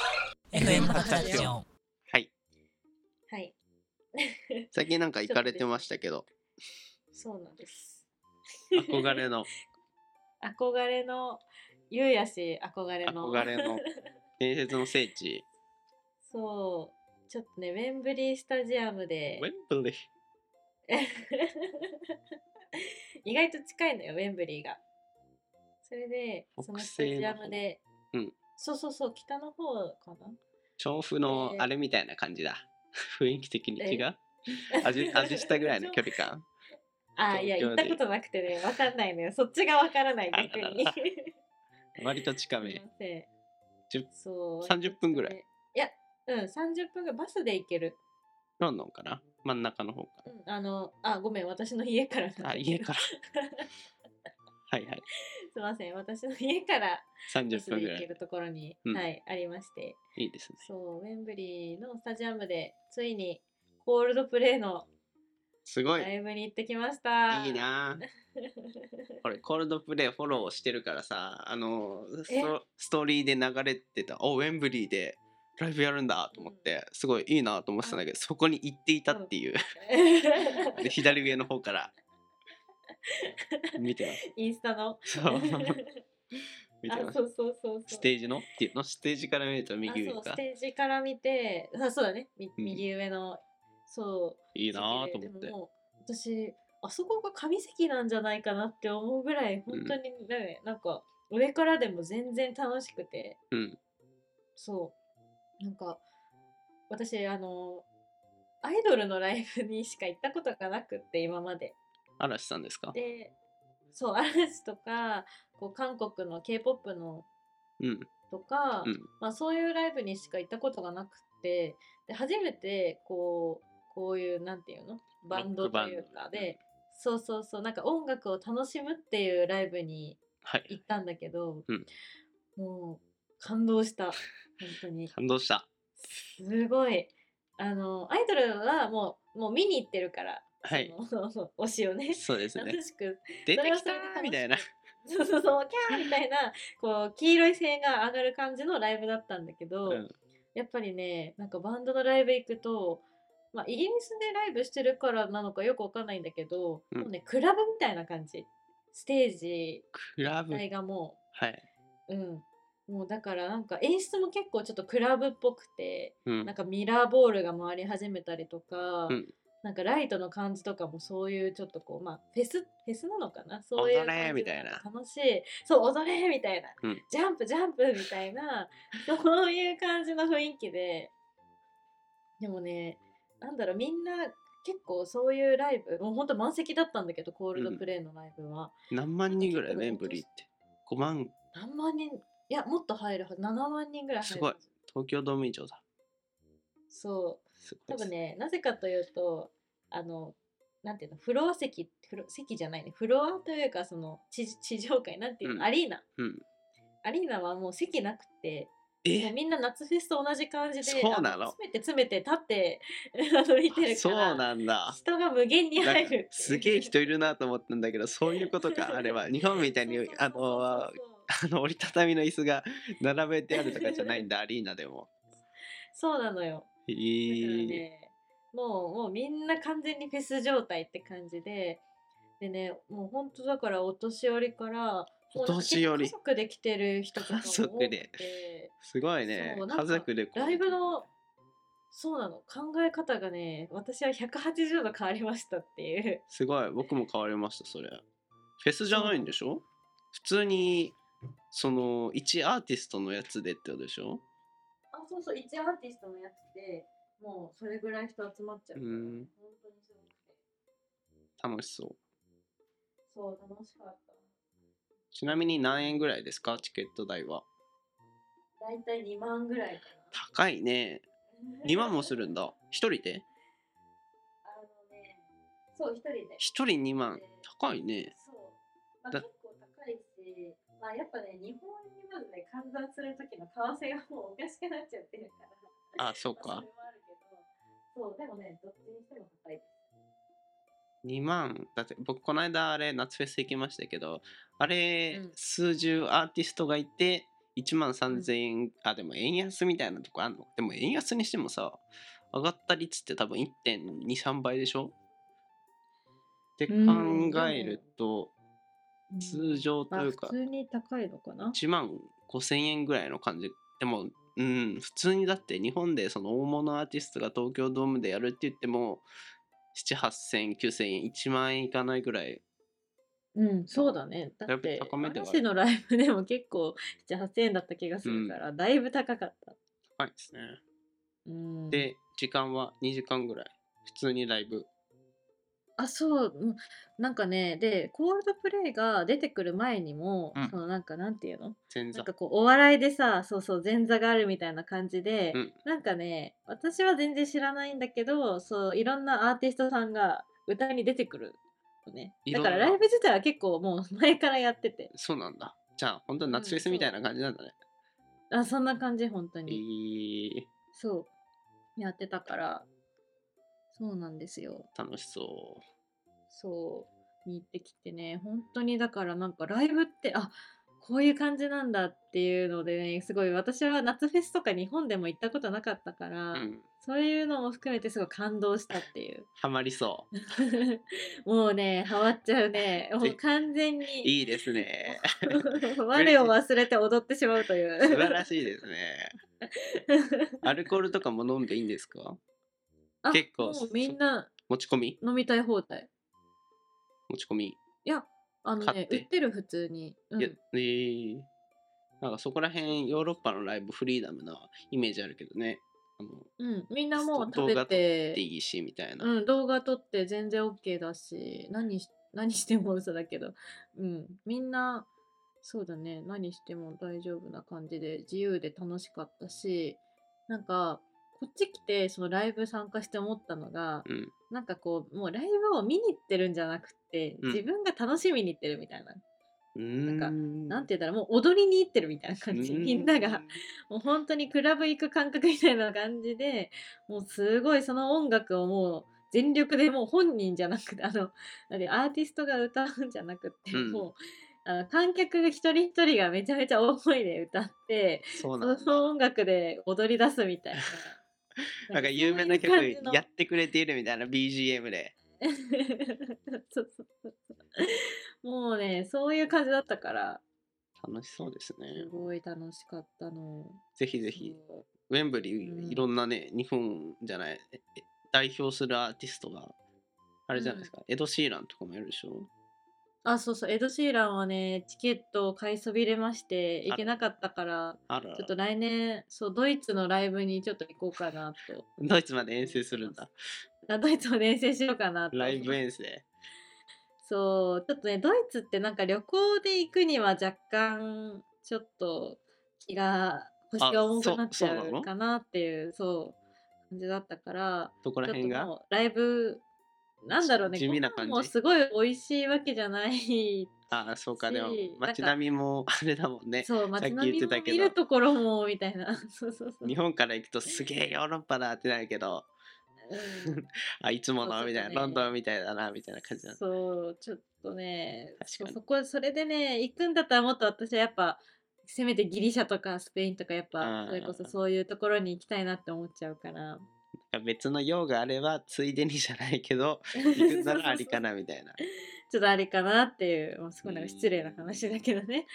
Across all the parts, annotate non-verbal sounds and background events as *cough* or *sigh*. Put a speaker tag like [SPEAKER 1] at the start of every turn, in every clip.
[SPEAKER 1] の円の話なんですよ。
[SPEAKER 2] はい。
[SPEAKER 3] はい。
[SPEAKER 2] 最近なんか行かれてましたけど、
[SPEAKER 3] そうなんです。
[SPEAKER 2] 憧れの、
[SPEAKER 3] *laughs* 憧れの、ゆうやし、憧れの。
[SPEAKER 2] *laughs* 憧れの伝説の聖 *laughs* 地、
[SPEAKER 3] そう。ちょっとね、ウェンブリースタジアムで
[SPEAKER 2] ウェ。ンブリー。
[SPEAKER 3] *laughs* 意外と近いのよ、ウェンブリーが。それで、その
[SPEAKER 2] 北
[SPEAKER 3] スタ
[SPEAKER 2] 西
[SPEAKER 3] ジ
[SPEAKER 2] の
[SPEAKER 3] ア
[SPEAKER 2] 方
[SPEAKER 3] ムで、
[SPEAKER 2] うん
[SPEAKER 3] そうそうそう、北の方かな。
[SPEAKER 2] 調布の
[SPEAKER 3] えー
[SPEAKER 2] あれみたいな感じだ。 *laughs* 雰囲気的に違う *laughs* 味味したぐらいの距離感。
[SPEAKER 3] あーいや、行
[SPEAKER 2] 東京
[SPEAKER 3] っ
[SPEAKER 2] で
[SPEAKER 3] たことなくてね、わかんないのよ。そっちがわからない、
[SPEAKER 2] *laughs* あら
[SPEAKER 3] 逆
[SPEAKER 2] ら
[SPEAKER 3] に
[SPEAKER 2] ら。割と
[SPEAKER 3] す
[SPEAKER 2] 近
[SPEAKER 3] い
[SPEAKER 2] め。
[SPEAKER 3] ません
[SPEAKER 2] 10
[SPEAKER 3] そう。
[SPEAKER 2] 30分ぐらい。
[SPEAKER 3] いや、うん、30分ぐらい。バスで行ける。
[SPEAKER 2] ロンドンかな真ん中の方か
[SPEAKER 3] うん、あの、あ、ごめん、私の家からなんだ
[SPEAKER 2] ら。あ、
[SPEAKER 3] けど
[SPEAKER 2] 家 *laughs* から。はいはい。
[SPEAKER 3] *laughs* すいません、私の家からバ
[SPEAKER 2] 30
[SPEAKER 3] ス
[SPEAKER 2] 分
[SPEAKER 3] で
[SPEAKER 2] ぐら
[SPEAKER 3] 行け
[SPEAKER 2] い。
[SPEAKER 3] るところに、
[SPEAKER 2] うん
[SPEAKER 3] はい、ありまして。
[SPEAKER 2] いいですね。
[SPEAKER 3] そう、ウェンブリーのスタジアムで、ついに、コールドプレイの
[SPEAKER 2] すごい。
[SPEAKER 3] ライブに行ってきました。
[SPEAKER 2] い
[SPEAKER 3] *laughs*
[SPEAKER 2] い。なぁ。俺、コールドプレイフォローしてるからさ、あの、ストストーリーで流れてた、おウェンブリーでライブやるんだと思って、すごいいいなと思ってたんだけど、そこに行っていたっていう、で左上の方から見てます。
[SPEAKER 3] インスタ
[SPEAKER 2] *laughs*
[SPEAKER 3] の。
[SPEAKER 2] そう。見て
[SPEAKER 3] あ、
[SPEAKER 2] ます
[SPEAKER 3] そ。うそうそうそう。
[SPEAKER 2] ステージのっていうのステージから見ると右
[SPEAKER 3] あ
[SPEAKER 2] 上
[SPEAKER 3] そう
[SPEAKER 2] か
[SPEAKER 3] ス。テージから見てあそうだねみ
[SPEAKER 2] うん
[SPEAKER 3] 右上の、そう
[SPEAKER 2] い
[SPEAKER 3] い
[SPEAKER 2] いなぁと思って。
[SPEAKER 3] 私あそこが上席なんじゃないかなって思うぐらい本当にね、なんか上からでも全然楽しくて
[SPEAKER 2] うん。
[SPEAKER 3] そうなんか私あのアイドルのライブにしか行ったことがなくって今まで
[SPEAKER 2] 嵐さんですか
[SPEAKER 3] でそう嵐とかこう韓国の k p o p の
[SPEAKER 2] うん。
[SPEAKER 3] とか、
[SPEAKER 2] うん
[SPEAKER 3] まあ、そういうライブにしか行ったことがなくてで初めてこうこういうなんていうのバン
[SPEAKER 2] ロ
[SPEAKER 3] ド
[SPEAKER 2] ックバ
[SPEAKER 3] と
[SPEAKER 2] ンド
[SPEAKER 3] いうかで、そうそうそうなんか音楽を楽しむっていうライブに
[SPEAKER 2] はい。
[SPEAKER 3] 行ったんだけど、
[SPEAKER 2] うん
[SPEAKER 3] もう感動した本当
[SPEAKER 2] *laughs*
[SPEAKER 3] に
[SPEAKER 2] 感動した。
[SPEAKER 3] すごいあのアイドルはもうもう見に行ってるから、
[SPEAKER 2] はい。
[SPEAKER 3] その *laughs* 推しをね
[SPEAKER 2] そうですね
[SPEAKER 3] *laughs* 楽。しく
[SPEAKER 2] 出て
[SPEAKER 3] それは
[SPEAKER 2] き
[SPEAKER 3] そ
[SPEAKER 2] た
[SPEAKER 3] れで楽し
[SPEAKER 2] ー
[SPEAKER 3] く
[SPEAKER 2] みたいな。
[SPEAKER 3] そうそうそうキャーみたいなこう黄色い線が上がる感じのライブだったんだけど、
[SPEAKER 2] うん
[SPEAKER 3] やっぱりねなんかバンドのライブ行くと、まあ、イギリスでライブしてるからなのかよくわかんないんだけど、
[SPEAKER 2] うん
[SPEAKER 3] もうねクラブみたいな感じステージ
[SPEAKER 2] クラブ。
[SPEAKER 3] 体がも
[SPEAKER 2] はい。
[SPEAKER 3] う、うん、もうだからなんか演出も結構ちょっとクラブっぽくて
[SPEAKER 2] うん
[SPEAKER 3] なん。かミラーボールが回り始めたりとか、
[SPEAKER 2] うん
[SPEAKER 3] なんかライトの感じとかもそういうちょっとこうまあフェスフェスなのかなそういう
[SPEAKER 2] 踊れ
[SPEAKER 3] 感じの
[SPEAKER 2] みたいなん
[SPEAKER 3] か楽しいそう踊れみたいな、
[SPEAKER 2] うん
[SPEAKER 3] ジャンプジャンプみたいな *laughs* そういう感じの雰囲気ででもねなんだろうみんな結構そういうライブもうほんと満席だったんだけどコールドプレイのライブは、
[SPEAKER 2] 何万人ぐらいウ
[SPEAKER 3] 結構
[SPEAKER 2] ェンブリーって。5万、
[SPEAKER 3] 何万人いやもっと入るはず7万人ぐらい入る
[SPEAKER 2] すごい
[SPEAKER 3] はず
[SPEAKER 2] 東京ドーム以上だ。
[SPEAKER 3] そう
[SPEAKER 2] すごい
[SPEAKER 3] 多
[SPEAKER 2] です
[SPEAKER 3] 分。ねなぜかというとあのなんていうのフロア席フロ席じゃないねフロアというかその地地上階なんていうの、
[SPEAKER 2] うん
[SPEAKER 3] アリーナ
[SPEAKER 2] うん。
[SPEAKER 3] アリーナはもう席なくてもう
[SPEAKER 2] え
[SPEAKER 3] みんな夏フェスと同じ感じで
[SPEAKER 2] そうなの
[SPEAKER 3] あ詰めて詰めて立って *laughs* あの見てるか
[SPEAKER 2] そう
[SPEAKER 3] ら
[SPEAKER 2] なんだ。
[SPEAKER 3] 人が無限に
[SPEAKER 2] なん
[SPEAKER 3] 入
[SPEAKER 2] か
[SPEAKER 3] る
[SPEAKER 2] すげえ
[SPEAKER 3] い
[SPEAKER 2] 人いるなと思ったんだけど、そういうことか、あれは。日本み
[SPEAKER 3] *laughs*
[SPEAKER 2] たいに、あの、あの折りたたみの椅子が並べてあるとかじゃない
[SPEAKER 3] *laughs*
[SPEAKER 2] んだ、アリーナでも。
[SPEAKER 3] そうなのよ
[SPEAKER 2] い
[SPEAKER 3] だから
[SPEAKER 2] い、
[SPEAKER 3] ね、もうもうみんな完全にフェス状態って感じででねもう本当だからお年寄りからもうなんか
[SPEAKER 2] お年寄り
[SPEAKER 3] 結構家族で来てる人とかも
[SPEAKER 2] 家
[SPEAKER 3] 多
[SPEAKER 2] 族
[SPEAKER 3] く
[SPEAKER 2] で
[SPEAKER 3] て
[SPEAKER 2] すごいね
[SPEAKER 3] そう。なんか
[SPEAKER 2] 家族でこう
[SPEAKER 3] ライブのそうなの考え方がね私は180度変わりましたっていう
[SPEAKER 2] すごい僕も変わりましたそれフェスじゃないんでしょ普通にその一アーティストのやつでってことでしょ
[SPEAKER 3] あそうそう一アーティストのやつでもうそれぐらい人集まっちゃうから、
[SPEAKER 2] うん
[SPEAKER 3] 本当にすごくて
[SPEAKER 2] 楽しそう
[SPEAKER 3] そう楽しかった
[SPEAKER 2] ちなみに何円ぐらいですかチケット代は
[SPEAKER 3] 大体2万ぐらいかな
[SPEAKER 2] 高いね2万もするんだ1人で
[SPEAKER 3] あのねそう一人で
[SPEAKER 2] 1人2万高いね
[SPEAKER 3] そう。まあ、
[SPEAKER 2] だ
[SPEAKER 3] 結構高いし、まあ、やっぱね、日本にまずね、換算するときの為替がもうおかしくなっちゃってるから。
[SPEAKER 2] あそう
[SPEAKER 3] まあそ
[SPEAKER 2] か
[SPEAKER 3] れもあるけど。そう、でもね、どっちにしても高いです。
[SPEAKER 2] 2万だって僕この間あれ夏フェス行きましたけどあれ、
[SPEAKER 3] うん
[SPEAKER 2] 数十アーティストがいて1万3000円、あでも円安みたいなとこあんのでも円安にしてもさ上がった率って多分1.23倍でしょって
[SPEAKER 3] うん
[SPEAKER 2] 考えると、
[SPEAKER 3] うん
[SPEAKER 2] 通常と
[SPEAKER 3] まあ
[SPEAKER 2] いう
[SPEAKER 3] 普
[SPEAKER 2] か
[SPEAKER 3] 通に高いのかな
[SPEAKER 2] 1万5000円ぐらいの感じでもうん普通にだって日本でその大物アーティストが東京ドームでやるって言っても78009,000円1万円いかないぐらい
[SPEAKER 3] うんそうだねだ
[SPEAKER 2] だい
[SPEAKER 3] っ
[SPEAKER 2] ぶ
[SPEAKER 3] て
[SPEAKER 2] 高めではある
[SPEAKER 3] 嵐のライブでも結構7 8円だった気がするから、だいぶ高かった、
[SPEAKER 2] 高いですね、
[SPEAKER 3] うん、
[SPEAKER 2] で時間は2時間ぐらい普通にライブ
[SPEAKER 3] あそううんなんかねでコールドプレイが出てくる前にも、
[SPEAKER 2] うん
[SPEAKER 3] そのなんかなんていうの
[SPEAKER 2] 前
[SPEAKER 3] なん
[SPEAKER 2] 座
[SPEAKER 3] かこうお笑いでさそうそう前座があるみたいな感じで、
[SPEAKER 2] うん
[SPEAKER 3] なんかね私は全然知らないんだけどそういろんなアーティストさんが歌に出てくるのね
[SPEAKER 2] いろ
[SPEAKER 3] だ
[SPEAKER 2] んな
[SPEAKER 3] からライブ自体は結構もう前からやってて
[SPEAKER 2] そうなんだじゃあ本当に夏フェスみたいな感じなんだね、
[SPEAKER 3] あそんな感じ本当
[SPEAKER 2] え
[SPEAKER 3] に、
[SPEAKER 2] ー、
[SPEAKER 3] そうやってたからそうなんですよ
[SPEAKER 2] 楽しそ
[SPEAKER 3] そうに行ってきてね本当にだからなんかライブってあこういう感じなんだっていうのでねすごい私は夏フェスとか日本でも行ったことなかったから、
[SPEAKER 2] ううん
[SPEAKER 3] そういうのも含めてすごい感動したっていう *laughs*
[SPEAKER 2] ハマりそう
[SPEAKER 3] もうねハマっちゃうねも
[SPEAKER 2] ぜ
[SPEAKER 3] う完全に *laughs*
[SPEAKER 2] いいですね
[SPEAKER 3] 我を忘れて踊ってしまうという
[SPEAKER 2] 素晴らしいですねアルコールとかも飲んでいいんですか
[SPEAKER 3] あ
[SPEAKER 2] 結構
[SPEAKER 3] もうみんな
[SPEAKER 2] 持ち込み
[SPEAKER 3] 飲みたい放題
[SPEAKER 2] 持ち込み、
[SPEAKER 3] いやあの
[SPEAKER 2] 買っ
[SPEAKER 3] ね売
[SPEAKER 2] て
[SPEAKER 3] ってる普通に、うん
[SPEAKER 2] いやえー、なんかそこら辺ヨーロッパのライブフリーダムなイメージあるけどねあの
[SPEAKER 3] うん、みんなもう食
[SPEAKER 2] 動画撮
[SPEAKER 3] べ
[SPEAKER 2] ってでいいしみたいな、
[SPEAKER 3] うん、動画撮って全然 OK だし何し *laughs* 何しても嘘だけど、うん、みんなそうだね何しても大丈夫な感じで自由で楽しかったしなんかこっち来てそのライブ参加して思ったのが
[SPEAKER 2] うん
[SPEAKER 3] なんかこうもうライブを見に行ってるんじゃなくて
[SPEAKER 2] うん
[SPEAKER 3] 自分が楽しみに行ってるみたいな、
[SPEAKER 2] うーん、
[SPEAKER 3] な
[SPEAKER 2] な
[SPEAKER 3] なんて言ったらもう踊りに行ってるみたいな感じみんながもう本当にクラブ行く感覚みたいな感じでもうすごいその音楽をもう全力でもう本人じゃなくてあのなんでアーティストが歌うんじゃなくて、
[SPEAKER 2] うん
[SPEAKER 3] もうあの観客が一人一人がめちゃめちゃ大声で歌って
[SPEAKER 2] そ
[SPEAKER 3] そ
[SPEAKER 2] うなんだ
[SPEAKER 3] の音楽で踊り出すみたいな。
[SPEAKER 2] *laughs* なん
[SPEAKER 3] そ
[SPEAKER 2] か
[SPEAKER 3] う
[SPEAKER 2] 有名な曲
[SPEAKER 3] いう感じの
[SPEAKER 2] やってくれているみたいな BGM で。
[SPEAKER 3] *laughs* そうそうそうそうもうねそういう感じだったから
[SPEAKER 2] 楽しそうですね
[SPEAKER 3] す。ごい楽しかったの。
[SPEAKER 2] ぜひぜひ。
[SPEAKER 3] そう
[SPEAKER 2] ウェンブ
[SPEAKER 3] う
[SPEAKER 2] リ
[SPEAKER 3] ん
[SPEAKER 2] ー、いろんなね、日本じゃない、ええ代表するアーティストが、あれじゃないですか、エド・シーランとかもやるでしょ。
[SPEAKER 3] あ、そうそう、エド・シーランはね、チケットを買いそびれまして、
[SPEAKER 2] あ
[SPEAKER 3] 行けなかったから、
[SPEAKER 2] あらら
[SPEAKER 3] ちょっと来年、そう、ドイツのライブにちょっと行こうかなと。
[SPEAKER 2] ドイツまで遠征するんだ。
[SPEAKER 3] あドイツを遠征しようかなと。
[SPEAKER 2] ライブ遠征。
[SPEAKER 3] そう、ちょっとね、ドイツってなんか旅行で行くには若干、ちょっと気が、腰が重くなっちゃ
[SPEAKER 2] そうそうな
[SPEAKER 3] う
[SPEAKER 2] の
[SPEAKER 3] かなっていう、そう、感じだったから、
[SPEAKER 2] どこら
[SPEAKER 3] ちょっと
[SPEAKER 2] 辺が
[SPEAKER 3] もうライブ、なんだろうね、
[SPEAKER 2] 地味な感じ
[SPEAKER 3] ご飯もすごい美味しいわけじゃない
[SPEAKER 2] ああ、そうか、でも
[SPEAKER 3] しなんか
[SPEAKER 2] 街並みもあれだもんね。
[SPEAKER 3] そう、
[SPEAKER 2] さっ
[SPEAKER 3] 街
[SPEAKER 2] き言っ
[SPEAKER 3] 並み
[SPEAKER 2] て
[SPEAKER 3] も
[SPEAKER 2] たけど
[SPEAKER 3] 見るところもみたいな。 *laughs* そうそうそう。
[SPEAKER 2] 日本から行くとすげえヨーロッパだってなるけど、
[SPEAKER 3] う
[SPEAKER 2] あ、いつも
[SPEAKER 3] そう
[SPEAKER 2] の
[SPEAKER 3] そう
[SPEAKER 2] みたい
[SPEAKER 3] ね、
[SPEAKER 2] な、ロンドンみたいだな、みたいな感じなんの。
[SPEAKER 3] そう、ちょっとね、
[SPEAKER 2] 確か
[SPEAKER 3] そう
[SPEAKER 2] に
[SPEAKER 3] そこそれでね、行くんだったらもっと私はやっぱ、せめてギリシャとかスペインとかやっ
[SPEAKER 2] あ
[SPEAKER 3] ぱ
[SPEAKER 2] ー
[SPEAKER 3] それこそそういうところに行きたいなって思っちゃうから
[SPEAKER 2] なんか別の用があれば、ついでにじゃないけ
[SPEAKER 3] *laughs*
[SPEAKER 2] ど、行くな *laughs* らありかな、みたいな。
[SPEAKER 3] ちょっとありかなっていうもうすごいなんか失礼な話だけどね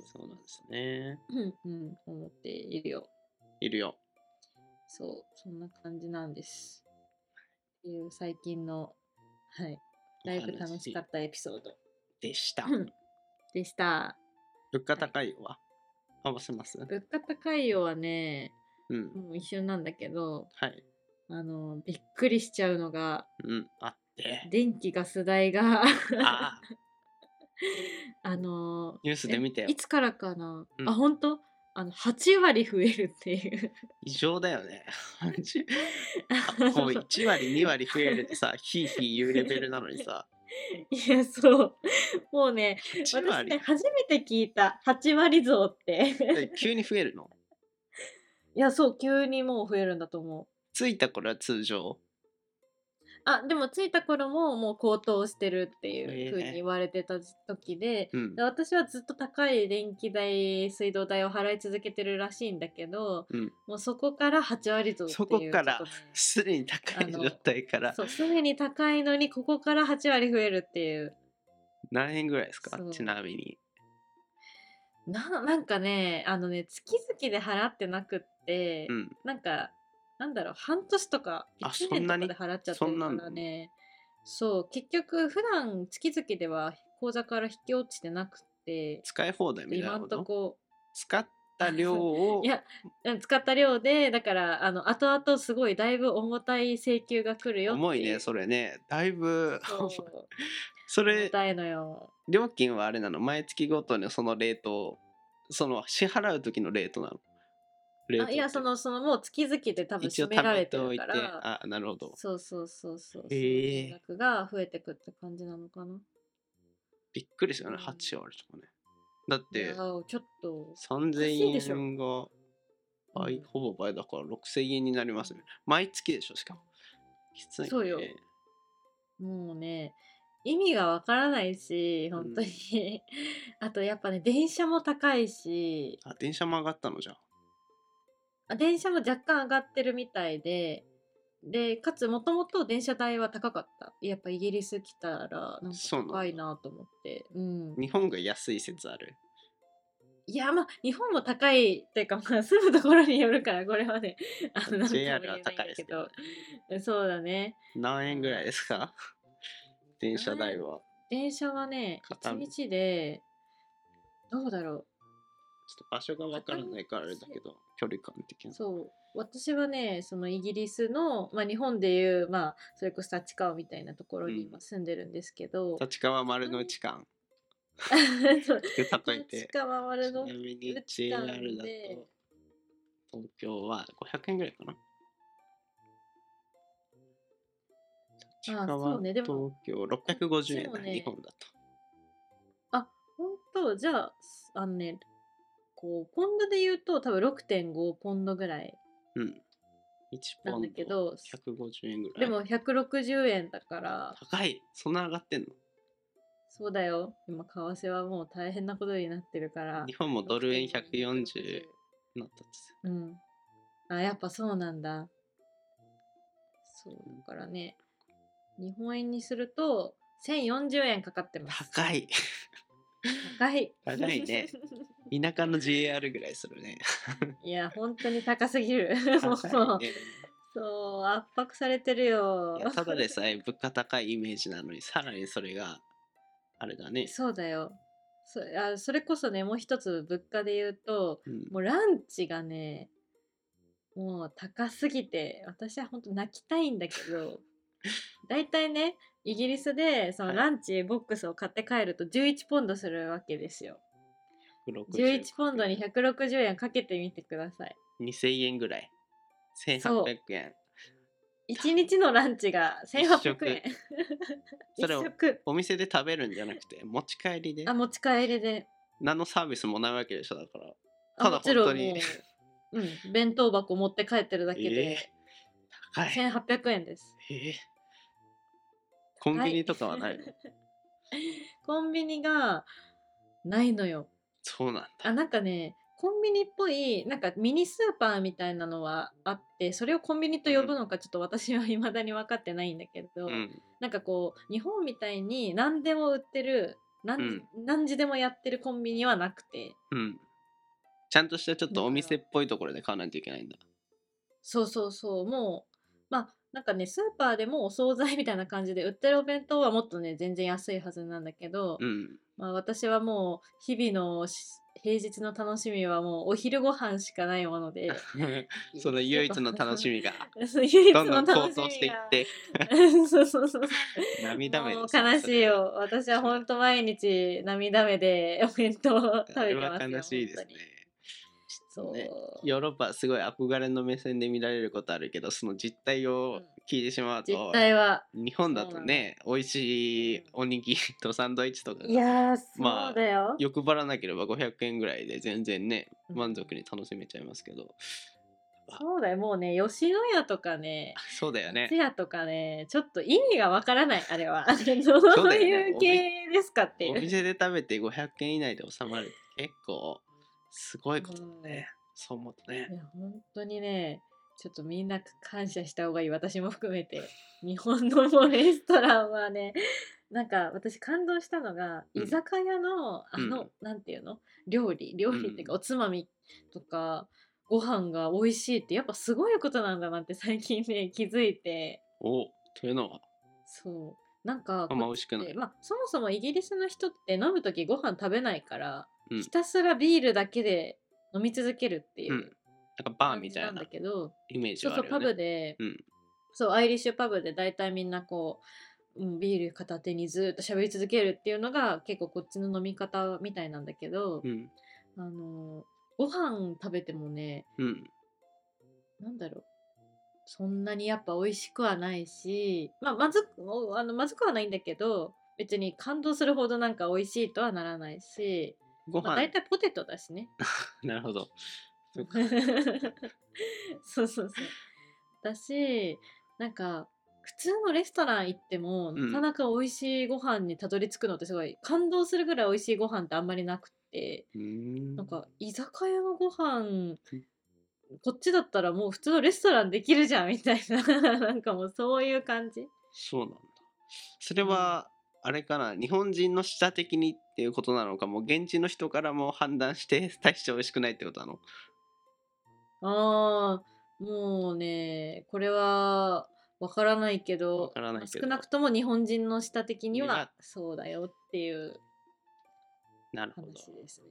[SPEAKER 2] そうなんですね。
[SPEAKER 3] うん、うん、思っているよ
[SPEAKER 2] いるよ。
[SPEAKER 3] そうそんな感じなんですっていう最近のはいライブ楽しか
[SPEAKER 2] っ
[SPEAKER 3] ったエピソード
[SPEAKER 2] た。でした。
[SPEAKER 3] うんでした
[SPEAKER 2] 物価高いは合わせます
[SPEAKER 3] 物価高いよはね
[SPEAKER 2] うん。
[SPEAKER 3] もう一瞬なんだけど
[SPEAKER 2] はい。
[SPEAKER 3] あのびっくりしちゃうのが
[SPEAKER 2] うん。あ
[SPEAKER 3] *laughs*
[SPEAKER 2] って。
[SPEAKER 3] 電気ガス代が *laughs*
[SPEAKER 2] ああ、
[SPEAKER 3] あの
[SPEAKER 2] ニュースで見たよ
[SPEAKER 3] えい。つからかな、
[SPEAKER 2] うん
[SPEAKER 3] あ本当あの8割増えるっていう
[SPEAKER 2] 異常だよね。 *laughs* もう1割、2割増えるってさ、ひいひい言うレベルなのにさ、
[SPEAKER 3] *laughs* いやそうもうね
[SPEAKER 2] 8
[SPEAKER 3] 私ね
[SPEAKER 2] 割
[SPEAKER 3] 初めて聞いた8割増って
[SPEAKER 2] え急に増えるの
[SPEAKER 3] いやそう急にもう増えるんだと思う
[SPEAKER 2] ついた頃は通常。
[SPEAKER 3] あでも着いた頃ももう高騰してるってい
[SPEAKER 2] え
[SPEAKER 3] うふうに言われてた時で、
[SPEAKER 2] うん
[SPEAKER 3] で私はずっと高い電気代水道代を払い続けてるらしいんだけど、
[SPEAKER 2] うん
[SPEAKER 3] もうそこから8割増っていう
[SPEAKER 2] そこから
[SPEAKER 3] ちょっ
[SPEAKER 2] すでに高い状態か
[SPEAKER 3] と
[SPEAKER 2] ら
[SPEAKER 3] そうすでに高いのにここから8割増えるっていう
[SPEAKER 2] 何円ぐらいですか
[SPEAKER 3] そう
[SPEAKER 2] ちなみに
[SPEAKER 3] ななんかねあのね月々で払ってなくって、
[SPEAKER 2] うん
[SPEAKER 3] なんかなんだろう半年とか
[SPEAKER 2] あ
[SPEAKER 3] 1
[SPEAKER 2] そん
[SPEAKER 3] 年と
[SPEAKER 2] な
[SPEAKER 3] か
[SPEAKER 2] に
[SPEAKER 3] で払っちゃってる
[SPEAKER 2] そ
[SPEAKER 3] か
[SPEAKER 2] んな
[SPEAKER 3] ら
[SPEAKER 2] の
[SPEAKER 3] ねそう結局普段月々では口座から引き落ちてなくて
[SPEAKER 2] 使い放題みたいな
[SPEAKER 3] 今
[SPEAKER 2] こ
[SPEAKER 3] んと
[SPEAKER 2] と
[SPEAKER 3] こ
[SPEAKER 2] 使った量
[SPEAKER 3] *laughs*
[SPEAKER 2] を
[SPEAKER 3] いやうん使った量でだからあの後々すごいだいぶ重たい請求が来るよっていう
[SPEAKER 2] 重いねそれねだいぶ
[SPEAKER 3] そう
[SPEAKER 2] *laughs* そ
[SPEAKER 3] 重
[SPEAKER 2] れ
[SPEAKER 3] たいのよ
[SPEAKER 2] 料金はあれなの毎月ごとにそのレートその支払う時のレートなのレートっ
[SPEAKER 3] あ
[SPEAKER 2] て
[SPEAKER 3] いやそのそのもう月々で多分
[SPEAKER 2] 一
[SPEAKER 3] 締
[SPEAKER 2] 応
[SPEAKER 3] め
[SPEAKER 2] 貯
[SPEAKER 3] ら
[SPEAKER 2] め
[SPEAKER 3] れ
[SPEAKER 2] て
[SPEAKER 3] て
[SPEAKER 2] お
[SPEAKER 3] る
[SPEAKER 2] いて
[SPEAKER 3] から
[SPEAKER 2] あなるほど
[SPEAKER 3] そうそうそうそう。
[SPEAKER 2] へえ
[SPEAKER 3] 金額が増えてくって感じなのかな。
[SPEAKER 2] びっくりしたよね
[SPEAKER 3] うん
[SPEAKER 2] 8割とかねだっ
[SPEAKER 3] いや
[SPEAKER 2] て
[SPEAKER 3] ーちょっと。おかしいで
[SPEAKER 2] 3000
[SPEAKER 3] し
[SPEAKER 2] 円が
[SPEAKER 3] う
[SPEAKER 2] 倍
[SPEAKER 3] ん
[SPEAKER 2] ほぼ倍だから6000円になりますね毎月でしょしかもきついね
[SPEAKER 3] そうよもうね、意味がわからないし、本当に。 *laughs* あとやっぱね、電車も高いし、
[SPEAKER 2] あ電車も上がったのじゃあ
[SPEAKER 3] あ電車も若干上がってるみたいで、で、かつもともと電車代は高かった。やっぱイギリス来たら、なんか
[SPEAKER 2] そうな
[SPEAKER 3] 高い
[SPEAKER 2] んだ
[SPEAKER 3] なと思って。うん。
[SPEAKER 2] 日本が安い説ある
[SPEAKER 3] いや、まあ、日本も高いっていうか、まあ、 *laughs* 住むところによるから、これはね、あの、なんとも言えないん
[SPEAKER 2] JR は高いですけど
[SPEAKER 3] だけど。そうだね。
[SPEAKER 2] 何円ぐらいです
[SPEAKER 3] *laughs*
[SPEAKER 2] か電車代は
[SPEAKER 3] 電車はね、
[SPEAKER 2] 片
[SPEAKER 3] 1
[SPEAKER 2] 道
[SPEAKER 3] 日で、どうだろ
[SPEAKER 2] ちょっと場所がわからないからあれだけど距離感的
[SPEAKER 3] う。
[SPEAKER 2] な
[SPEAKER 3] そう。私はね、そのイギリスの、まあ、日本でいう、まあ、それこそ立川みたいなところに
[SPEAKER 2] う
[SPEAKER 3] 今住んでるんですけど、
[SPEAKER 2] 立川丸の内間
[SPEAKER 3] *laughs* そう
[SPEAKER 2] で例え
[SPEAKER 3] 立
[SPEAKER 2] て
[SPEAKER 3] 川丸
[SPEAKER 2] ちな
[SPEAKER 3] の
[SPEAKER 2] みに
[SPEAKER 3] 内
[SPEAKER 2] JR
[SPEAKER 3] 間
[SPEAKER 2] だと
[SPEAKER 3] で
[SPEAKER 2] 東京は500円ぐらいかな立川
[SPEAKER 3] そうねで
[SPEAKER 2] 東
[SPEAKER 3] も
[SPEAKER 2] 京650円
[SPEAKER 3] こっ
[SPEAKER 2] だ、
[SPEAKER 3] ちもね
[SPEAKER 2] 日本だと
[SPEAKER 3] 本当じゃあ、あのね、こう、ポンドで言うと多分6.5ポンドぐらい
[SPEAKER 2] うん1ポ
[SPEAKER 3] なんだ
[SPEAKER 2] ン
[SPEAKER 3] け
[SPEAKER 2] ド
[SPEAKER 3] ど、
[SPEAKER 2] 150円ぐらい
[SPEAKER 3] でも160円だから、
[SPEAKER 2] 高いそんな上がってんの
[SPEAKER 3] そうだよ。今、為替はもう大変なことになってるから。
[SPEAKER 2] 日本もドル円
[SPEAKER 3] 6.5
[SPEAKER 2] 140。なったっつ
[SPEAKER 3] うん。あ、やっぱそうなんだ。そうだからね。日本円にすると、1040円かかってます。
[SPEAKER 2] 高い
[SPEAKER 3] 高い。
[SPEAKER 2] 高いね。田舎の JR ぐらいするね
[SPEAKER 3] *laughs* いや、本当に高すぎる。 *laughs* も
[SPEAKER 2] 高いうね
[SPEAKER 3] そう、圧迫されてるよ
[SPEAKER 2] い。やただでさえ物価高いイメージなのにさらにそれがあれだ
[SPEAKER 3] *laughs*
[SPEAKER 2] ね、
[SPEAKER 3] そうだよ。そあそれこそね、もう一つ物価で言うと、
[SPEAKER 2] うん、
[SPEAKER 3] もうランチがね、もう高すぎて、私は本当泣きたいんだけ
[SPEAKER 2] *laughs*
[SPEAKER 3] ど、だいたいね、イギリスでそ
[SPEAKER 2] は
[SPEAKER 3] の
[SPEAKER 2] い
[SPEAKER 3] ランチボックスを買って帰ると11ポンドするわけですよ。11ポンドに160円かけてみてくだ
[SPEAKER 2] *laughs*
[SPEAKER 3] さい。
[SPEAKER 2] 2000円ぐらい
[SPEAKER 3] そう
[SPEAKER 2] 1800円
[SPEAKER 3] 1日のランチが1800円。
[SPEAKER 2] 一食
[SPEAKER 3] *laughs*
[SPEAKER 2] そ
[SPEAKER 3] 一
[SPEAKER 2] れを
[SPEAKER 3] 食。
[SPEAKER 2] お店で食べるんじゃなくて持ち帰りで
[SPEAKER 3] あ、持ち帰りで。
[SPEAKER 2] 何のサービスもないわけでしょだから
[SPEAKER 3] あ
[SPEAKER 2] ただ
[SPEAKER 3] もちろん
[SPEAKER 2] 本当に
[SPEAKER 3] もううん、弁当箱持って帰ってるだけ
[SPEAKER 2] え
[SPEAKER 3] で、
[SPEAKER 2] ー、高い、
[SPEAKER 3] 1800円です。
[SPEAKER 2] えーコンビニとかはないの、
[SPEAKER 3] コンビニがないのよ。
[SPEAKER 2] *laughs* そうなん
[SPEAKER 3] あ
[SPEAKER 2] だ
[SPEAKER 3] なんかねコンビニっぽいなんかミニスーパーみたいなのはあってそれをコンビニと呼ぶのかちょっと私は未だに分かってないんだけど、
[SPEAKER 2] うん
[SPEAKER 3] なんかこう日本みたいに何でも売ってる何,、何時でもやってるコンビニはなくて
[SPEAKER 2] うんちゃんとしたちょっ
[SPEAKER 3] だ
[SPEAKER 2] と
[SPEAKER 3] から
[SPEAKER 2] お店っぽいところで買わないといけないんだ
[SPEAKER 3] そうそうそうもうまあなんかねスーパーでもお惣菜みたいな感じで売ってるお弁当はもっとね全然安いはずなんだけど、
[SPEAKER 2] うん
[SPEAKER 3] *laughs* まあ、私はもう日々のし平日の楽しみはもうお昼ご飯しかないもの
[SPEAKER 2] *laughs*
[SPEAKER 3] で
[SPEAKER 2] その唯一の楽し
[SPEAKER 3] み
[SPEAKER 2] みが
[SPEAKER 3] そう唯一
[SPEAKER 2] どんど
[SPEAKER 3] の
[SPEAKER 2] ん
[SPEAKER 3] 楽しみが
[SPEAKER 2] 高騰してい
[SPEAKER 3] *laughs*
[SPEAKER 2] って
[SPEAKER 3] そうそうそう。
[SPEAKER 2] 涙目
[SPEAKER 3] もう
[SPEAKER 2] ですね
[SPEAKER 3] 悲しいよ。私は本当毎日涙目でお弁当を食
[SPEAKER 2] それ
[SPEAKER 3] べて
[SPEAKER 2] は
[SPEAKER 3] ますよ。
[SPEAKER 2] 悲しいですね
[SPEAKER 3] 本当に。
[SPEAKER 2] ね
[SPEAKER 3] そう。
[SPEAKER 2] ヨーロッパはすごい憧れの目線で見られることあるけどその実態を聞いてしまうと
[SPEAKER 3] 実、態は。
[SPEAKER 2] 日本だとね美味しいおにぎりとサンドイッチとか
[SPEAKER 3] い
[SPEAKER 2] が
[SPEAKER 3] やー、
[SPEAKER 2] まあ
[SPEAKER 3] そうだよ。
[SPEAKER 2] 欲張らなければ500円ぐらいで全然ね
[SPEAKER 3] うん
[SPEAKER 2] 満足に楽しめちゃいますけどぱ
[SPEAKER 3] そうだよもうね吉野家とかね
[SPEAKER 2] そうだよね
[SPEAKER 3] 松屋とかねちょっと意味がわからないあ
[SPEAKER 2] *laughs*
[SPEAKER 3] れは *laughs* どう
[SPEAKER 2] うだよね
[SPEAKER 3] いう系ですかってい
[SPEAKER 2] お
[SPEAKER 3] う
[SPEAKER 2] 店で食べて500円以内で収まるって結構すごいことだねそう思うとね
[SPEAKER 3] いや本当にねちょっとみんな感謝した方がいい私も含めて日本のもうレストランはねなんか私感動したのが
[SPEAKER 2] うん
[SPEAKER 3] 居酒屋の、あ
[SPEAKER 2] う
[SPEAKER 3] の
[SPEAKER 2] ん
[SPEAKER 3] なんていうの料理料理っていうか、
[SPEAKER 2] う
[SPEAKER 3] おつまみとかご飯が美味しいってやっぱすごいことなんだなって最近ね気づいて
[SPEAKER 2] おというのは
[SPEAKER 3] そうなんか
[SPEAKER 2] あんま美味しくない
[SPEAKER 3] でまあ、そもそもイギリスの人って飲む時ご飯食べないから、
[SPEAKER 2] うん
[SPEAKER 3] ひたすらビールだけで飲み続けるっていううん
[SPEAKER 2] なんかバー
[SPEAKER 3] 感
[SPEAKER 2] み
[SPEAKER 3] じ
[SPEAKER 2] た
[SPEAKER 3] ないん
[SPEAKER 2] な
[SPEAKER 3] だけど、
[SPEAKER 2] イメージ
[SPEAKER 3] そう
[SPEAKER 2] は
[SPEAKER 3] そ
[SPEAKER 2] あ
[SPEAKER 3] う
[SPEAKER 2] る
[SPEAKER 3] パ
[SPEAKER 2] よ
[SPEAKER 3] ブで、
[SPEAKER 2] ねうん
[SPEAKER 3] そうアイリッシュパブで大体みんなこう、うん、ビール片手にずっと喋り続けるっていうのが結構こっちの飲み方みたいなんだけど、
[SPEAKER 2] うん
[SPEAKER 3] あのご飯食べてもね
[SPEAKER 2] うん
[SPEAKER 3] なんだろうそんなにやっぱ美味しくはないし、まあ、まずくおあのまずくはないんだけど別に感動するほどなんか美味しいとはならないし、
[SPEAKER 2] ご
[SPEAKER 3] まあ、
[SPEAKER 2] 飯
[SPEAKER 3] 大体ポテトだしね
[SPEAKER 2] なるほどそっか
[SPEAKER 3] *laughs* そうそうそうだしなんか普通のレストラン行っても
[SPEAKER 2] うん
[SPEAKER 3] なかなか美味しいご飯にたどり着くのってすごい感動するぐらい美味しいご飯ってあんまりなくって、
[SPEAKER 2] うーん
[SPEAKER 3] なんか居酒屋のご飯こっちだったらもう普通のレストランできるじゃんみたいな *laughs* なんかもうそういう感じ
[SPEAKER 2] そうなんだそれはあれかな日本人の舌的にっていうことなのかもう現地の人からも判断して *laughs* 大して美味しくないってことなの
[SPEAKER 3] あーもうねこれはわからないけ
[SPEAKER 2] わ
[SPEAKER 3] ど
[SPEAKER 2] からないけど
[SPEAKER 3] 少なくとも日本人の舌的に
[SPEAKER 2] いや
[SPEAKER 3] はそうだよっていう
[SPEAKER 2] なるほど
[SPEAKER 3] 話ですね。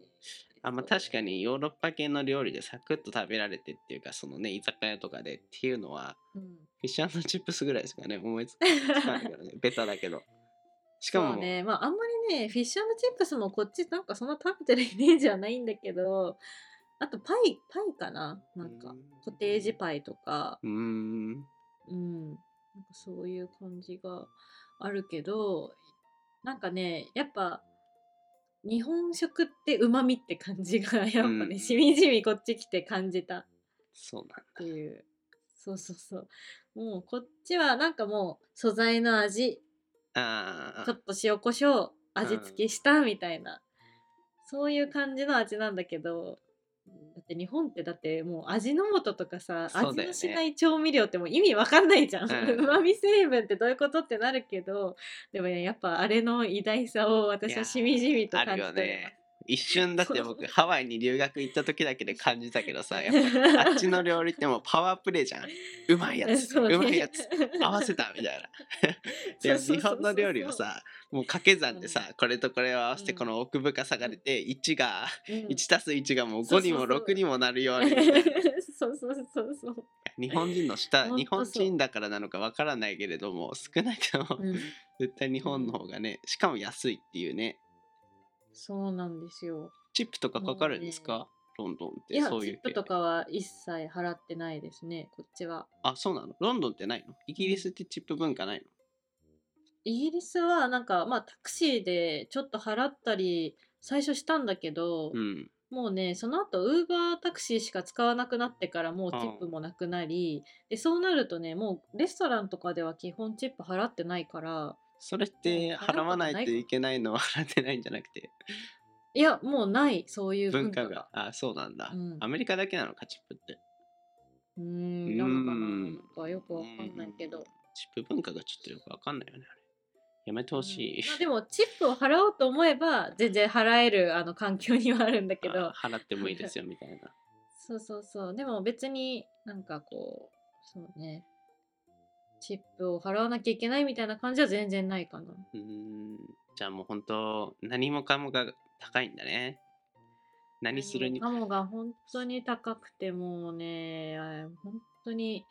[SPEAKER 2] あまあ確かにヨーロッパ系の料理でサクッと食べられてっていうかそのね居酒屋とかでっていうのは
[SPEAKER 3] うん
[SPEAKER 2] フィッシュチップスぐらいですか
[SPEAKER 3] *laughs*
[SPEAKER 2] ね思いつつかないけどねベタだけどしかも
[SPEAKER 3] そうねまああんまりねフィッシュチップスもこっちなんかそんな食べてるイメージはないんだけどあとパイパイかななんかコテージパイとか
[SPEAKER 2] うーん
[SPEAKER 3] うんなんかそういう感じがあるけどなんかねやっぱ日本食ってうまみって感じがやっぱね、
[SPEAKER 2] うん
[SPEAKER 3] しみじみこっち来て感じた
[SPEAKER 2] そうなんだ
[SPEAKER 3] っていうそうそうそうもうこっちはなんかもう素材の味
[SPEAKER 2] あ
[SPEAKER 3] ちょ
[SPEAKER 2] ー
[SPEAKER 3] っと塩コショウ味付けしたみたいな、そういう感じの味なんだけどだって日本ってだってもう味の素とかさ、
[SPEAKER 2] そうだよ
[SPEAKER 3] 味
[SPEAKER 2] ね
[SPEAKER 3] のしない調味料ってもう意味わかんないじゃん
[SPEAKER 2] うん
[SPEAKER 3] *laughs* うまみ成分ってどういうことってなるけどでもねやっぱあれの偉大さを
[SPEAKER 2] い
[SPEAKER 3] 私
[SPEAKER 2] や
[SPEAKER 3] は
[SPEAKER 2] ー
[SPEAKER 3] しみじみと
[SPEAKER 2] あ
[SPEAKER 3] 感
[SPEAKER 2] る
[SPEAKER 3] じてお
[SPEAKER 2] よ
[SPEAKER 3] り
[SPEAKER 2] ね一瞬だって僕
[SPEAKER 3] そう
[SPEAKER 2] ハワイに留学行った時だけで感じたけ
[SPEAKER 3] *laughs*
[SPEAKER 2] どさやっ
[SPEAKER 3] ます
[SPEAKER 2] ぱあっちの料理ってもうパワープレイじゃんうまいやつ
[SPEAKER 3] *laughs* そう
[SPEAKER 2] う
[SPEAKER 3] ね
[SPEAKER 2] まいやつ合わせたみたいな
[SPEAKER 3] *laughs* そ
[SPEAKER 2] で
[SPEAKER 3] うそうそうそう
[SPEAKER 2] 日本の料理はさもう掛け算でさこれとこれを合わせて
[SPEAKER 3] うん
[SPEAKER 2] この奥深さが出て1が
[SPEAKER 3] うん
[SPEAKER 2] 1たす1がもう
[SPEAKER 3] そう
[SPEAKER 2] 5
[SPEAKER 3] そう
[SPEAKER 2] に
[SPEAKER 3] そう
[SPEAKER 2] も6にもなるようにみたい
[SPEAKER 3] *laughs*
[SPEAKER 2] な
[SPEAKER 3] そうそうそうそう、
[SPEAKER 2] 日本人の下
[SPEAKER 3] ほんと
[SPEAKER 2] 日本
[SPEAKER 3] そう
[SPEAKER 2] 人だからなのかわからないけれども少なくとも
[SPEAKER 3] うん
[SPEAKER 2] 絶対日本の方がねしかも安いっていうね
[SPEAKER 3] そうなんですよ
[SPEAKER 2] チップとかかかるんです
[SPEAKER 3] も
[SPEAKER 2] かロンドンっ
[SPEAKER 3] い
[SPEAKER 2] て
[SPEAKER 3] や
[SPEAKER 2] そうい
[SPEAKER 3] チ
[SPEAKER 2] う
[SPEAKER 3] ッ
[SPEAKER 2] 系
[SPEAKER 3] プとかは一切払ってないですねこっちは
[SPEAKER 2] あそうなのロンドンってないのイギリスってチップ文化ないの
[SPEAKER 3] イギリスはなんか、まあ、タクシーでちょっと払ったり最初したんだけど、
[SPEAKER 2] うん
[SPEAKER 3] もうねその後ウーバータクシーしか使わなくなってからもうチ
[SPEAKER 2] ああ
[SPEAKER 3] ップもなくなりでそうなるとねもうレストランとかでは基本チップ払ってないから
[SPEAKER 2] それっ
[SPEAKER 3] う
[SPEAKER 2] て
[SPEAKER 3] ん払うこと
[SPEAKER 2] 払わないと
[SPEAKER 3] ないか
[SPEAKER 2] いけないのは払ってないんじゃなくて
[SPEAKER 3] いやもうないそういう文
[SPEAKER 2] 文化
[SPEAKER 3] 化
[SPEAKER 2] が
[SPEAKER 3] が。
[SPEAKER 2] あそうなんだ、
[SPEAKER 3] うん
[SPEAKER 2] アメリカだけなのかチップって
[SPEAKER 3] うーんなのかな
[SPEAKER 2] うん
[SPEAKER 3] なんかよくわかんないけ
[SPEAKER 2] うん
[SPEAKER 3] ど。
[SPEAKER 2] チップ文化がちょっとよくわかんないよねあれやめてほしい、
[SPEAKER 3] うんまあ、でもチップを払おうと思えば全然払えるあの環境にはあるんだけど
[SPEAKER 2] あ *laughs* 払ってもいいですよみたい
[SPEAKER 3] *laughs*
[SPEAKER 2] な
[SPEAKER 3] そうそうそう。でも別になんかこう、そうね。チップを払わなきゃいけないみたいな感じは全然ないかな。
[SPEAKER 2] うーんじゃあもう本当何もかもが高いんだね何するに
[SPEAKER 3] カモが本当に高くてもうね、あ本当に、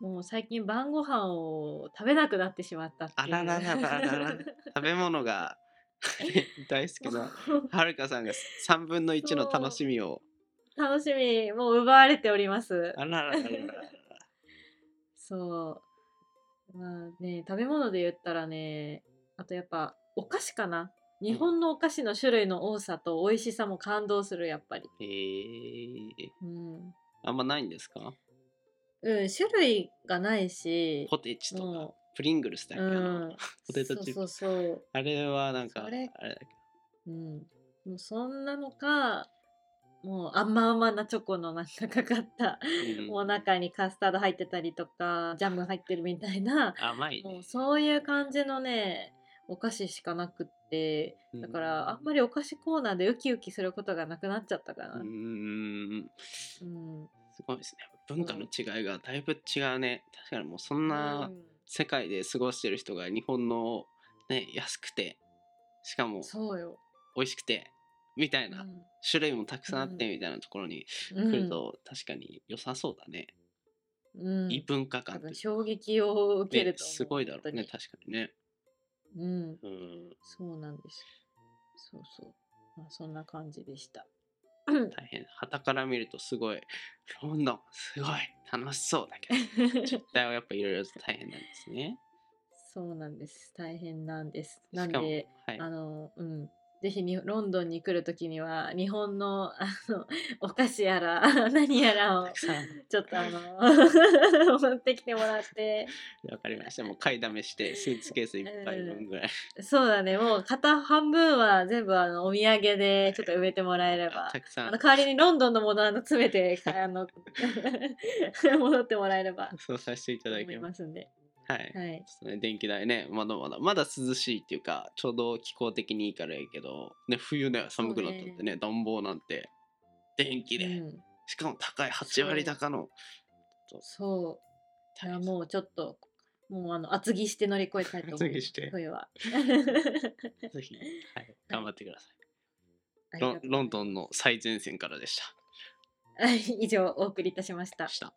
[SPEAKER 3] もう最近晩ご飯を食べなくなってしまったっていう。
[SPEAKER 2] あららら
[SPEAKER 3] *laughs*
[SPEAKER 2] ららら食べ物が *laughs* 大好き
[SPEAKER 3] も
[SPEAKER 2] な
[SPEAKER 3] う
[SPEAKER 2] はるかさんが3分の1の楽しみを
[SPEAKER 3] 楽しみ、もう奪われております。
[SPEAKER 2] あららららら
[SPEAKER 3] そう。まあね、食べ物で言ったらね、あとやっぱお菓子かな。日本のお菓子の種類の多さと美味しさも感動する、やっぱり。
[SPEAKER 2] えー、
[SPEAKER 3] うん。
[SPEAKER 2] あんまないんですか
[SPEAKER 3] うん、種類がないし
[SPEAKER 2] ポテチと
[SPEAKER 3] う
[SPEAKER 2] か
[SPEAKER 3] ん
[SPEAKER 2] プリングルスだっけかな、
[SPEAKER 3] うん
[SPEAKER 2] *laughs* ポテトチップ
[SPEAKER 3] そうそうそう
[SPEAKER 2] あれはなんかあ
[SPEAKER 3] そ
[SPEAKER 2] れ
[SPEAKER 3] れ
[SPEAKER 2] だけ
[SPEAKER 3] うん、もうそんなのかもう甘々なチョコのなんかかかった、
[SPEAKER 2] ど、うん
[SPEAKER 3] もう中にカスタード入ってたりとかジャム入ってるみたい
[SPEAKER 2] *laughs*
[SPEAKER 3] な
[SPEAKER 2] 甘い
[SPEAKER 3] も
[SPEAKER 2] ね
[SPEAKER 3] うそういう感じのねお菓子しかなくってだからあんまりお菓子コーナーでウキウキすることがなくなっちゃったかな、
[SPEAKER 2] うんうん
[SPEAKER 3] うん
[SPEAKER 2] すごいですね文化の違いがだいぶ違うね確かにもうそん
[SPEAKER 3] う
[SPEAKER 2] なん世界で過ごしてる人が日本のね安くてしかも
[SPEAKER 3] そうよ、
[SPEAKER 2] 美味しくてみたいうなん種類もたくさんあって
[SPEAKER 3] うん
[SPEAKER 2] みたいなところに
[SPEAKER 3] う
[SPEAKER 2] 来
[SPEAKER 3] ん
[SPEAKER 2] ると確かに良さそうだね、
[SPEAKER 3] うん
[SPEAKER 2] いい文化
[SPEAKER 3] 多
[SPEAKER 2] 観とい
[SPEAKER 3] 分
[SPEAKER 2] うか
[SPEAKER 3] 衝撃を受ける
[SPEAKER 2] ね
[SPEAKER 3] と思う、
[SPEAKER 2] すごいだろうね
[SPEAKER 3] 本
[SPEAKER 2] 確かにね
[SPEAKER 3] 当にうん
[SPEAKER 2] うん
[SPEAKER 3] そうなんです。そうそう。まあ、そんな感じで
[SPEAKER 2] *laughs*
[SPEAKER 3] した。
[SPEAKER 2] 大変旗から見るとすごいロンドンすごい楽しそうだけ
[SPEAKER 3] *laughs*
[SPEAKER 2] ど実態はやっぱいろいろ大変なんですね
[SPEAKER 3] そうなんです。大変なんです。
[SPEAKER 2] し
[SPEAKER 3] なん
[SPEAKER 2] かも
[SPEAKER 3] で、
[SPEAKER 2] はい
[SPEAKER 3] あの、うん。ぜひにロンドンに来るときには日本のあのお菓子やら *laughs* 何やらを
[SPEAKER 2] たくさん
[SPEAKER 3] ちょっとあの持ってきてもらって
[SPEAKER 2] わかりましたもう買いだめしてスーツケースいっぱい分ぐらい
[SPEAKER 3] そうだねもう片半分は全部あのお土産でちょっと植えてもらえれば
[SPEAKER 2] たくさ
[SPEAKER 3] あ
[SPEAKER 2] ん
[SPEAKER 3] の代わりにロンドンのものあの詰めてかあの *laughs* 戻ってもらえれば
[SPEAKER 2] そうさせていた
[SPEAKER 3] と
[SPEAKER 2] だ
[SPEAKER 3] 思
[SPEAKER 2] き
[SPEAKER 3] い
[SPEAKER 2] ます
[SPEAKER 3] ますんで、
[SPEAKER 2] はい
[SPEAKER 3] はい、
[SPEAKER 2] ちょっとね電気代ねまだまだまだ涼しいっていうかちょうど気候的にいいからいいけど、ね、冬ね寒くなったって
[SPEAKER 3] そう
[SPEAKER 2] ね暖房なんて電気で、
[SPEAKER 3] うん
[SPEAKER 2] しかも高い8割高の
[SPEAKER 3] そういや
[SPEAKER 2] 大変
[SPEAKER 3] もうちょっともうあの厚着して乗り越えたいと思
[SPEAKER 2] 厚
[SPEAKER 3] いま
[SPEAKER 2] 着
[SPEAKER 3] す
[SPEAKER 2] して
[SPEAKER 3] 冬は *laughs*
[SPEAKER 2] ぜひ、はい、頑張ってくださ
[SPEAKER 3] あ
[SPEAKER 2] い
[SPEAKER 3] りが
[SPEAKER 2] ロン
[SPEAKER 3] とう
[SPEAKER 2] ロンドンの最前線からでし
[SPEAKER 3] 以上お送りいたしました
[SPEAKER 2] た。した